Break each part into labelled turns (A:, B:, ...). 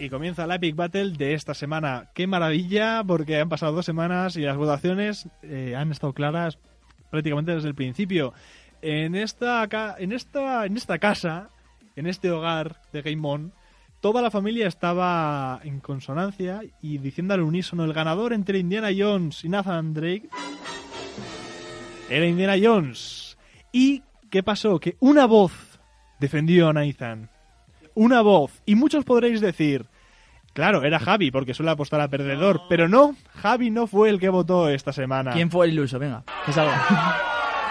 A: Y comienza la Epic Battle de esta semana. ¡Qué maravilla! Porque han pasado dos semanas y las votaciones eh, han estado claras prácticamente desde el principio. En esta, ca- en esta, en esta casa, en este hogar de Game On, toda la familia estaba en consonancia y diciendo al unísono el ganador entre Indiana Jones y Nathan Drake era Indiana Jones. ¿Y qué pasó? Que una voz defendió a Nathan. Una voz. Y muchos podréis decir, claro, era Javi porque suele apostar a perdedor, pero no, Javi no fue el que votó esta semana.
B: ¿Quién fue el iluso? Venga, que salga.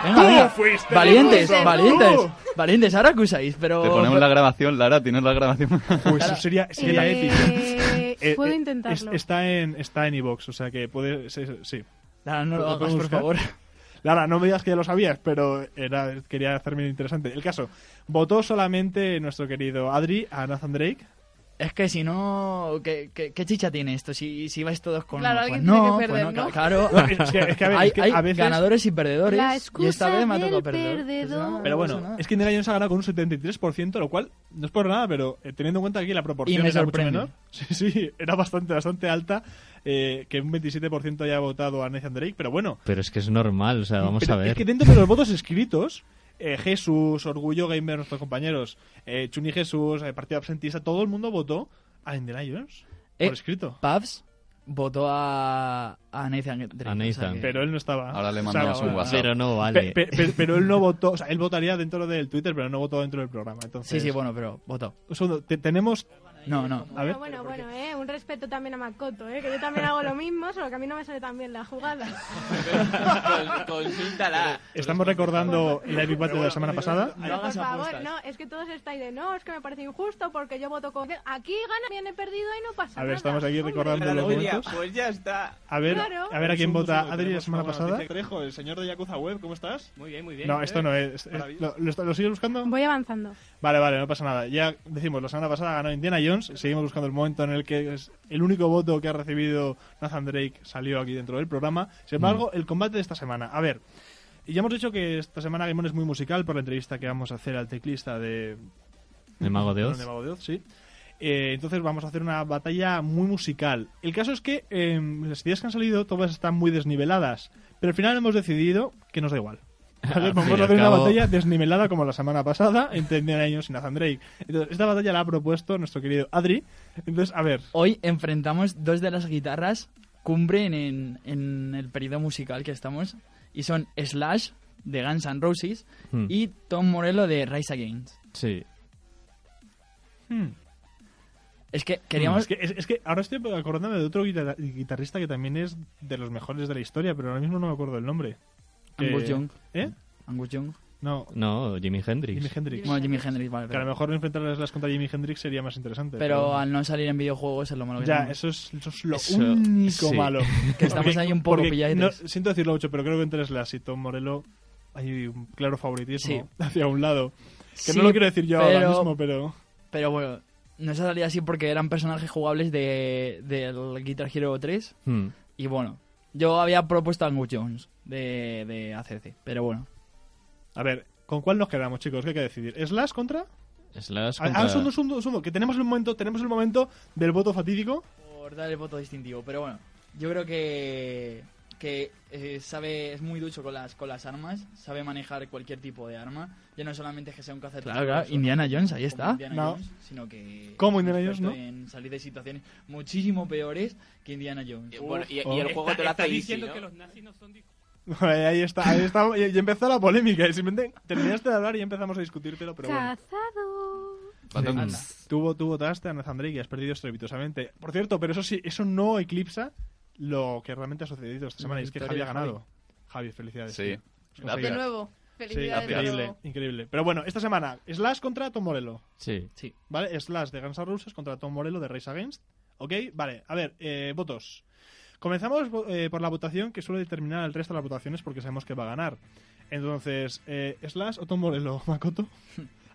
B: Venga, venga. Valientes, valientes, valientes. Ahora acusáis, pero...
C: Te ponemos la grabación, Lara, tienes la grabación.
A: Pues eso sería, sería
D: Eh,
A: épico. Eh,
D: Puedo
A: eh,
D: intentarlo.
A: es- está en está en iVoox, o sea que puede sí, sí.
B: Lara, no lo
A: ¿Lo
B: hagas,
A: podemos
B: por
A: buscar?
B: favor.
A: Lara, no me digas que ya lo sabías, pero era, quería hacerme interesante. El caso, votó solamente nuestro querido Adri a Nathan Drake.
B: Es que si no... ¿Qué, qué, qué chicha tiene esto? Si, si vais todos con...
D: Claro,
B: uno,
D: alguien
B: pues
D: tiene
B: no,
D: que
B: pues
D: perder, ¿no?
B: Claro.
A: No, es que, es que, a, ver,
B: hay
A: es que
B: hay
A: a veces...
B: ganadores y perdedores.
D: La
B: y esta
D: excusa
B: vez me ha tocado
D: del
B: perdedor.
D: perdedor.
B: Pues no,
A: Pero
B: no pasa
A: bueno,
B: nada.
A: es que Indiana Jones ha ganado con un 73%, lo cual no es por nada, pero eh, teniendo en cuenta que la proporción
B: Y me
A: era mucho
B: sorprende.
A: menor. Sí, sí, era bastante, bastante alta eh, que un 27% haya votado a Nathan Drake, pero bueno.
E: Pero es que es normal, o sea, vamos
A: Pero
E: a ver.
A: Es que dentro de los votos escritos, eh, Jesús, Orgullo Gamer, nuestros compañeros, eh, Chuni Jesús, eh, Partido Absentista, todo el mundo votó a Indiana Jones
B: Eh,
A: por escrito.
B: Pavs votó a, a Nathan. Drake,
E: A
B: o sea
E: Nathan.
B: que-
A: Pero él no estaba.
C: Ahora le
A: O sea,
C: mandamos un
A: ahora-
C: WhatsApp.
E: Pero no vale.
A: Pe- pe- pe- pero él no votó, o sea, él votaría dentro del Twitter, pero no votó dentro del programa. Entonces,
B: Sí, sí, bueno, pero votó.
A: Un segundo, te- tenemos.
B: No, no.
A: A ver.
D: Bueno, bueno, bueno, eh, un respeto también a Makoto, eh, que yo también hago lo mismo, solo que a mí no me sale tan bien la jugada.
F: Consúltala.
A: Estamos recordando la Epic Battle de la semana pasada.
D: Por favor, no, es que todos estáis de no, es que me parece injusto porque yo voto con... Aquí gana, viene perdido y no pasa
A: A ver,
D: nada.
A: estamos aquí
D: hombre.
A: recordando los
F: Oye,
A: momentos.
F: pues ya está.
A: A ver,
D: Claro.
A: a ver a quién vota Adri la
G: tenemos
A: semana
G: una buena
A: pasada.
G: noticia. Trejo, el señor de Yakuza Web, ¿cómo estás?
F: Muy bien, muy bien.
A: No, esto no es. es-
G: Maravilloso.
A: ¿Lo, lo, está- lo sigues buscando?
D: Voy avanzando.
A: Vale, vale, no pasa nada. Ya decimos, la semana pasada ganó Indiana Jones. Seguimos buscando el momento en el que es el único voto que ha recibido Nathan Drake salió aquí dentro del programa. Sin embargo, el combate de esta semana. A ver, y ya hemos dicho que esta semana Game On es muy musical por la entrevista que vamos a hacer al teclista de,
E: El mago de
A: Perdón,
E: Oz.
A: de Mago de Oz, sí. Eh, entonces vamos a hacer una batalla muy musical. El caso es que eh, las ideas que han salido todas están muy desniveladas, pero al final hemos decidido que nos da igual. ¿Vale?
E: Al fin
A: Vamos
E: y
A: a
E: al
A: hacer una
E: cabo-
A: batalla desnivelada como la semana pasada entre Indiana Jones y Nathan Drake. Entonces, esta batalla la ha propuesto nuestro querido Adri. Entonces, a ver,
B: Hoy enfrentamos dos de las guitarras cumbre en, en- en el periodo musical que estamos. Y son Slash de Guns N' Roses
E: Hmm.
A: Mm.
B: y Tom Morello de Rise Against.
E: Sí.
A: hmm,
B: Es que
A: Mm, es,
B: queríamos.
A: que, es- es que ahora estoy acordándome de otro guitarra- guitarrista que también es de los mejores de la historia, pero ahora mismo no me acuerdo el nombre. Que-
B: Angus Young.
A: ¿Eh?
B: Angus Young.
A: No,
E: No, Jimi Hendrix.
A: Jimi Hendrix.
B: Bueno, Jimi Hendrix, vale.
A: Que a lo
B: Pero,
A: mejor enfrentar a Slash contra Jimi Hendrix sería más interesante.
B: pero al no salir en videojuegos es lo malo que
A: ya,
B: tenemos.
A: eso es, eso es lo
E: Eso,
A: único
E: sí.
A: malo.
B: Que estamos ahí un poco
A: porque no-
B: pilladitos.
A: Siento decirlo mucho, pero creo que entre Slash y Tom Morello hay un claro favoritismo hacia un lado. Que
B: Sí,
A: no lo quiero decir yo ahora
B: pero-
A: mismo, pero...
B: Pero bueno, nos ha salido así porque eran personajes jugables de, del Guitar Hero 3.
E: Hmm.
B: Y bueno, yo había propuesto a Angus Jones de, de ACC. Pero bueno,
A: A ver, ¿con cuál nos quedamos, chicos? ¿Qué hay que decidir? ¿Slash contra?
E: Slash
A: Ah, ah,
E: contra...
A: un segundo, un segundo, un segundo, que tenemos el momento, tenemos el momento del voto fatídico.
B: por dar el voto distintivo. Pero bueno, yo creo que, que eh, sabe, es muy ducho con las, con las armas. Sabe manejar cualquier tipo de arma. Ya no solamente es que sea un cazador.
F: Claro, claro,
B: Indiana Jones, ahí
F: está.
B: Indiana
A: No.
B: Jones, sino que.
A: ¿Cómo
B: es un
A: Indiana Jones,
B: experto
A: no?
B: En salir de situaciones muchísimo peores que Indiana Jones.
F: Bueno, y,
A: oh.
F: y el juego te lo hace easy,
G: diciendo
F: ¿no?
G: que los nazis no son...
A: ahí está, ahí está, y, y empezó la polémica. Y simplemente terminaste de hablar y empezamos a discutírtelo, pero bueno.
D: Cazado.
C: Patón.
B: Anda.
A: Tú, vo- tú votaste a Nathan Drake y has perdido estrepitosamente. Por cierto, pero eso sí, eso no eclipsa lo que realmente ha sucedido esta semana. Y es que
B: victoria
A: Javi ha
B: de
A: ganado. Javi, felicidades.
C: Sí.
A: Has conseguido.
D: De nuevo. Felicidades.
C: gracias.
D: de
A: increíble,
D: nuevo.
A: increíble. Pero bueno, esta semana, Slash contra Tom Morello.
E: Sí.
B: Sí.
A: ¿Vale? Slash de Guns N' Roses contra Tom Morello de Race Against. ¿Ok? Vale, a ver, eh, votos. Comenzamos vo- eh, por la votación que suele determinar el resto de las votaciones porque sabemos que va a ganar. Entonces, eh, ¿Slash o Tom Morello, Makoto?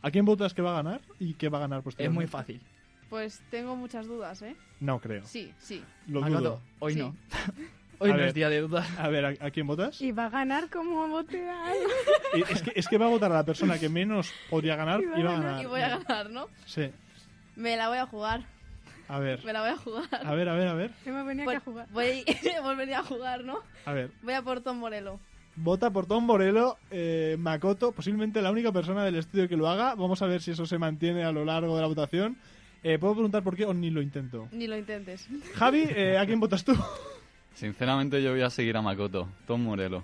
A: ¿A quién votas que va a ganar y qué va a ganar?
B: Es muy
A: posteriormente?
B: fácil.
D: Pues tengo muchas dudas, ¿eh?
A: No creo.
D: Sí, sí.
A: Lo
B: Makoto,
A: dudo.
B: hoy
D: Sí.
B: no. hoy
A: A
B: no
A: ver.
B: es día de duda.
A: A ver, ¿a, a quién votas?
D: Y va a ganar como bote
A: Eh, Es que, es que va a votar a la persona que menos podría ganar
D: Y,
A: y va a ganar.
D: y voy a ganar, ¿no?
A: Sí.
F: Me la voy a jugar,
A: A ver,
F: me la voy a jugar.
A: a ver, a ver, a ver.
D: Yo me venía
F: Voy,
D: que a jugar.
F: voy, voy a venir a jugar, ¿no?
A: A ver.
F: Voy a por Tom Morello.
A: Vota por Tom Morello, eh, Makoto, posiblemente la única persona del estudio que lo haga. Vamos a ver si eso se mantiene a lo largo de la votación. Eh, Puedo preguntar por qué o ni lo intento.
F: Ni lo intentes.
A: Javi, eh, ¿a quién votas tú?
C: Sinceramente yo voy a seguir a Makoto, Tom Morello.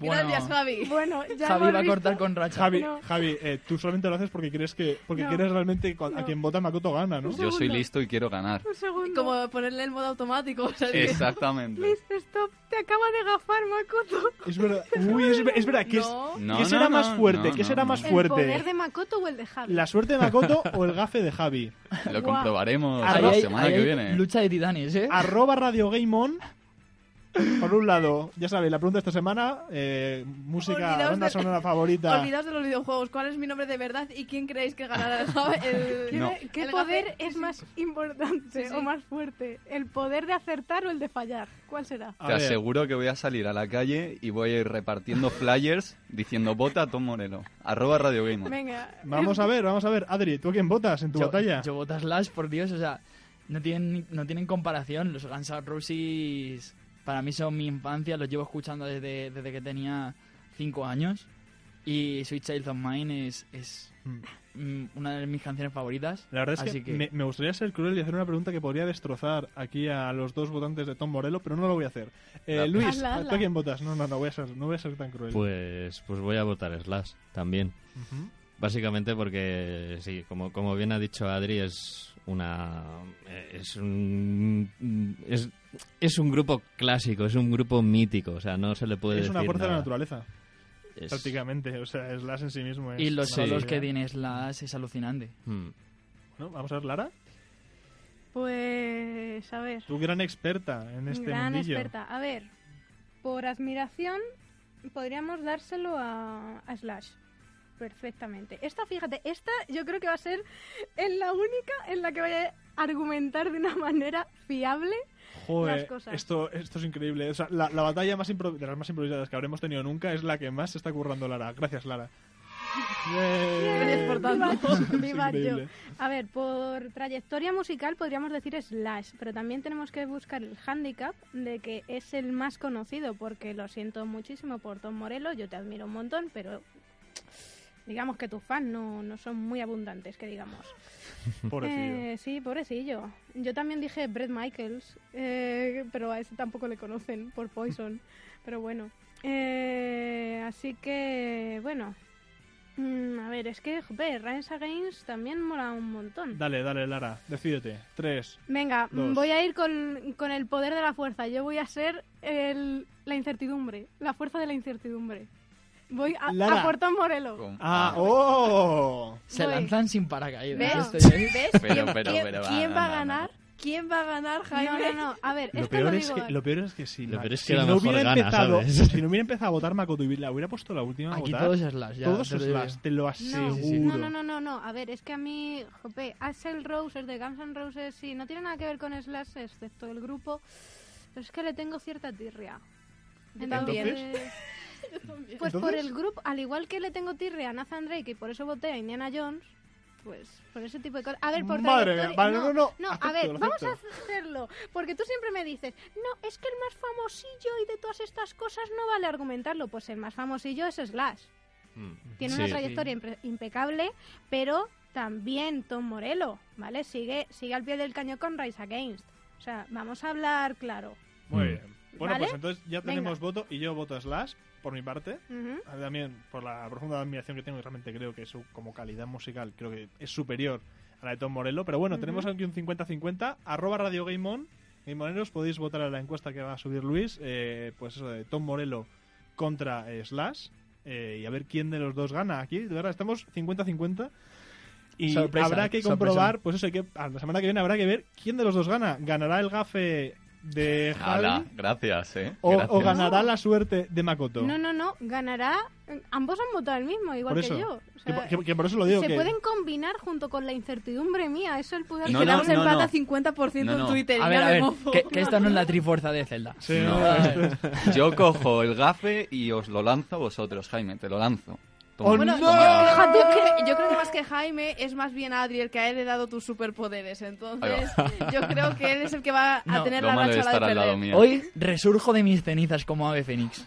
B: Bueno,
F: Gracias, Javi.
D: Bueno, ya
B: Javi
D: hemos
B: va a
D: visto-
B: cortar con racha.
A: Javi,
D: No.
A: Javi eh, tú solamente lo haces porque crees que porque
D: No.
A: quieres realmente cua- a
D: No.
A: quien vota Makoto gana, ¿no?
C: Yo soy
D: segundo.
C: listo y quiero ganar.
D: Un segundo.
F: Como ponerle el modo automático. o sea, que-
C: Exactamente.
D: Please, stop. Te acaba de gafar, Makoto.
A: Es verdad. Uy, es, ver- es verdad. ¿Qué, es-
F: No.
C: No,
A: qué
C: no,
A: será
C: no,
A: más fuerte?
C: no,
A: ¿Qué
C: no,
A: será
C: no.
A: más
D: ¿El poder
A: fuerte?
D: de Makoto o el de Javi?
A: ¿La suerte de Makoto o el gafe de Javi?
C: Lo
D: Guau.
C: comprobaremos
A: Ahí
C: la
A: hay-
C: semana
B: ahí
C: que
B: hay
C: viene.
B: Lucha de titanes, ¿eh?
A: Arroba Radio Game On. Por un lado, ya sabéis, la pregunta esta semana, eh, música,
F: Olvidaos
A: banda
F: de-
A: sonora favorita.
F: Olvidaos de los videojuegos. ¿Cuál es mi nombre de verdad y quién creéis que ganará el Javi? El...
D: ¿Qué,
C: No.
D: de- qué
F: El
D: poder
F: gafe,
D: es
F: sí,
D: más importante
F: Sí, sí.
D: o más fuerte? ¿El poder de acertar o el de fallar? ¿Cuál será?
A: A
C: Te
A: ver,
C: aseguro que voy a salir a la calle y voy a ir repartiendo flyers diciendo vota a Tom Morello. Arroba Radio Gamer.
D: Venga.
A: Vamos a ver, vamos a ver. Adri, ¿tú a quién votas en tu
B: yo,
A: batalla?
B: Yo voto a Slash, por Dios, o sea, no tienen, ni- no tienen comparación. Los Guns N' Roses para mí son mi infancia, los llevo escuchando desde, desde que tenía 5 años. Y Sweet Child of Mine es, es
A: Mm.
B: mm, una de mis canciones favoritas.
A: La verdad es
B: Así
A: que, Me, me gustaría ser cruel y hacer una pregunta que podría destrozar aquí a los dos votantes de Tom Morello, pero no lo voy a hacer. Eh,
C: Dale.
A: Luis,
D: Hazla,
A: ¿tú a
D: hazla.
A: quién votas? No, no, no voy a ser, no voy a ser tan cruel.
E: Pues, pues voy a votar Slash también.
A: Ujú.
E: Básicamente porque, sí, como, como bien ha dicho Adri, es una. eh, Es un. Es, es un grupo clásico, es un grupo mítico, o sea, no se le puede
A: Es una
E: decir
A: fuerza de la
E: nada.
A: naturaleza,
E: Es-
A: prácticamente. O sea, Slash en sí mismo es.
B: Y
A: una
B: los
E: Sí.
B: solos
A: barbaridad.
B: que tiene Slash es alucinante.
E: Hmm.
A: Bueno, vamos a ver, Lara,
D: Pues, a ver.
A: tú gran experta en este
D: gran
A: mundillo.
D: experta. A ver, por admiración podríamos dárselo a, a Slash. Perfectamente. Esta, fíjate, esta yo creo que va a ser en la única en la que vaya a argumentar de una manera fiable.
A: Joder,
D: las cosas.
A: Esto, esto es increíble. O sea, la, la batalla más impro- de las más improvisadas que habremos tenido nunca es la que más se está currando Lara. Gracias, Lara.
D: Gracias por tanto.
A: Es
D: Viva yo.
A: increíble.
D: A ver, por trayectoria musical podríamos decir Slash, pero también tenemos que buscar el handicap de que es el más conocido, porque lo siento muchísimo por Tom Morello, yo te admiro un montón, pero digamos que tus fans no, no son muy abundantes, que digamos.
A: Pobrecillo.
D: Eh, sí, pobrecillo. Yo también dije Brett Michaels, eh, pero a ese tampoco le conocen por Poison. pero bueno. Eh, así que, bueno. Mm, a ver, es que, joder, Rise Against también mola un montón.
A: Dale, dale, Lara. Decídete. Tres.
D: Venga,
A: Dos.
D: voy a ir con, con el poder de la fuerza. Yo voy a ser el- la incertidumbre, la fuerza de la incertidumbre. Voy a,
A: Lara.
D: a por Tom Morello.
C: Con-
A: Ah, ¡oh!
B: Se
D: Voy.
B: lanzan sin paracaídas.
F: ¿Ves?
B: Esto ya es-
F: ¿Ves?
C: Pero,
F: ¿Quién-
C: pero,
F: quién-
C: pero,
F: ¿Quién
C: va,
F: va a
C: no, no,
F: ganar? ¿Quién va a ganar,
D: No, no,
F: Jaime?
D: no. A ver,
A: Lo
D: esto Este lo
A: peor,
D: digo. eh.
A: es que, lo peor es que sí.
E: Lo
A: la-
E: peor es que
A: si
E: era
A: no
E: mejor
A: hubiera
E: gana,
A: empezado,
E: ¿sabes?
A: si no hubiera empezado a votar Makoto y la hubiera puesto la última a
B: Aquí
A: votar,
B: todo es Slash. Ya,
A: todos
B: te lo
A: es
B: digo.
A: las, te lo
D: No,
A: aseguro.
D: no, no, no, no, no. A ver, es que a mí, jope, Axel Roses de Guns N' Roses, sí, no tiene nada que ver con Slash, excepto el grupo, pero es que le tengo cierta tirria.
F: Yo
A: también.
D: Entonces, Pues por
A: ¿Entonces?
D: el grupo, al igual que le tengo tirria a Nathan Drake y por eso voté a Indiana Jones, pues por ese tipo de cosas. A ver, por
A: Madre mía,
D: trayectoria-
A: vale, no, no,
D: a
A: acepto,
D: ver,
A: lo
D: vamos a
A: acepto.
D: hacerlo, porque tú siempre me dices, no, es que el más famosillo y de todas estas cosas no vale argumentarlo, pues el más famosillo es Slash.
E: Hmm.
D: Tiene
E: Sí.
D: una trayectoria impe- impecable, pero también Tom Morello, ¿vale? Sigue, sigue al pie del cañón con Rise Against. O sea, vamos a hablar claro.
A: Muy
E: Mm.
A: bien. Bueno,
D: ¿Vale?
A: pues entonces ya
D: Venga.
A: tenemos voto y yo voto a Slash, por mi parte. A
D: Ujú.
A: mí Ah, También por la profunda admiración que tengo y realmente creo que su como calidad musical creo que es superior a la de Tom Morello. Pero bueno,
D: Ujú.
A: tenemos aquí un 50-50. Arroba Radio Game On. Gameoneros, podéis votar en la encuesta que va a subir Luis. eh, pues eso de Tom Morello contra eh, Slash. eh, y a ver quién de los dos gana. Aquí, de verdad, estamos 50-50. Y
B: Sorpresa,
A: habrá que
B: sorpresa.
A: comprobar, pues eso, hay que, a la semana que viene habrá que ver quién de los dos gana. ¿Ganará el gafe de Javi
C: Ala, gracias, ¿eh?
A: o, o
C: Gracias.
A: ganará la suerte de Makoto?
D: No, no, no. Ganará. Ambos han votado el mismo, igual
A: Por
D: que
A: eso.
D: yo. O
A: Que
D: sea,
A: por- que, que por eso lo digo.
D: se
A: que-
D: pueden combinar junto con la incertidumbre mía. Eso es el poder
C: No,
D: que
F: que
C: no,
D: da-
F: damos empata
C: no.
F: 50%
C: No, no.
F: en Twitter.
B: A ver,
F: ya
B: a ver,
F: me mofo.
B: que, que esto no es la trifuerza de Zelda.
A: Sí,
C: No.
A: no,
B: A ver.
C: Yo cojo el gafe y os lo lanzo a vosotros, Jaime, te lo lanzo. Toma.
A: ¡Oh,
F: Bueno,
A: no!
F: yo, yo creo, yo creo que más que Jaime es más bien Adri el que ha heredado tus superpoderes. Entonces, yo creo que él es el que va a
B: No.
F: tener
C: Lo
F: la
C: malo de
F: racha
C: estar
F: de
C: al lado
F: perder.
C: mío.
B: Hoy resurjo de mis cenizas como ave fénix.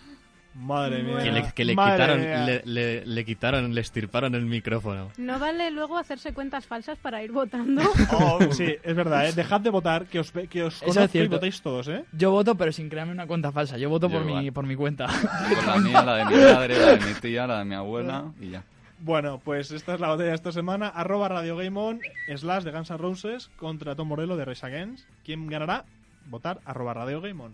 A: Madre mía.
E: Que le, que le
A: Madre
E: quitaron,
A: mía.
E: le, le- le quitaron, le estirparon el micrófono.
D: No vale luego hacerse cuentas falsas para ir votando.
A: Oh, sí, es verdad, ¿eh? Dejad de votar, que os, ve- que os
B: Eso es
A: conozco y
B: cierto.
A: votéis todos, ¿eh?
B: Yo voto, pero sin crearme una cuenta falsa. Yo voto
C: Yo
B: por mi,
C: igual.
B: por mi cuenta.
C: Con la mía, la de mi padre, la de mi tía, la de mi abuela y ya.
A: Bueno, pues esta es la batalla de esta semana. Arroba Radio Game On, slash de Guns N' Roses contra Tom Morello de Rage Against. ¿Quién ganará? Votar arroba Radio Game On.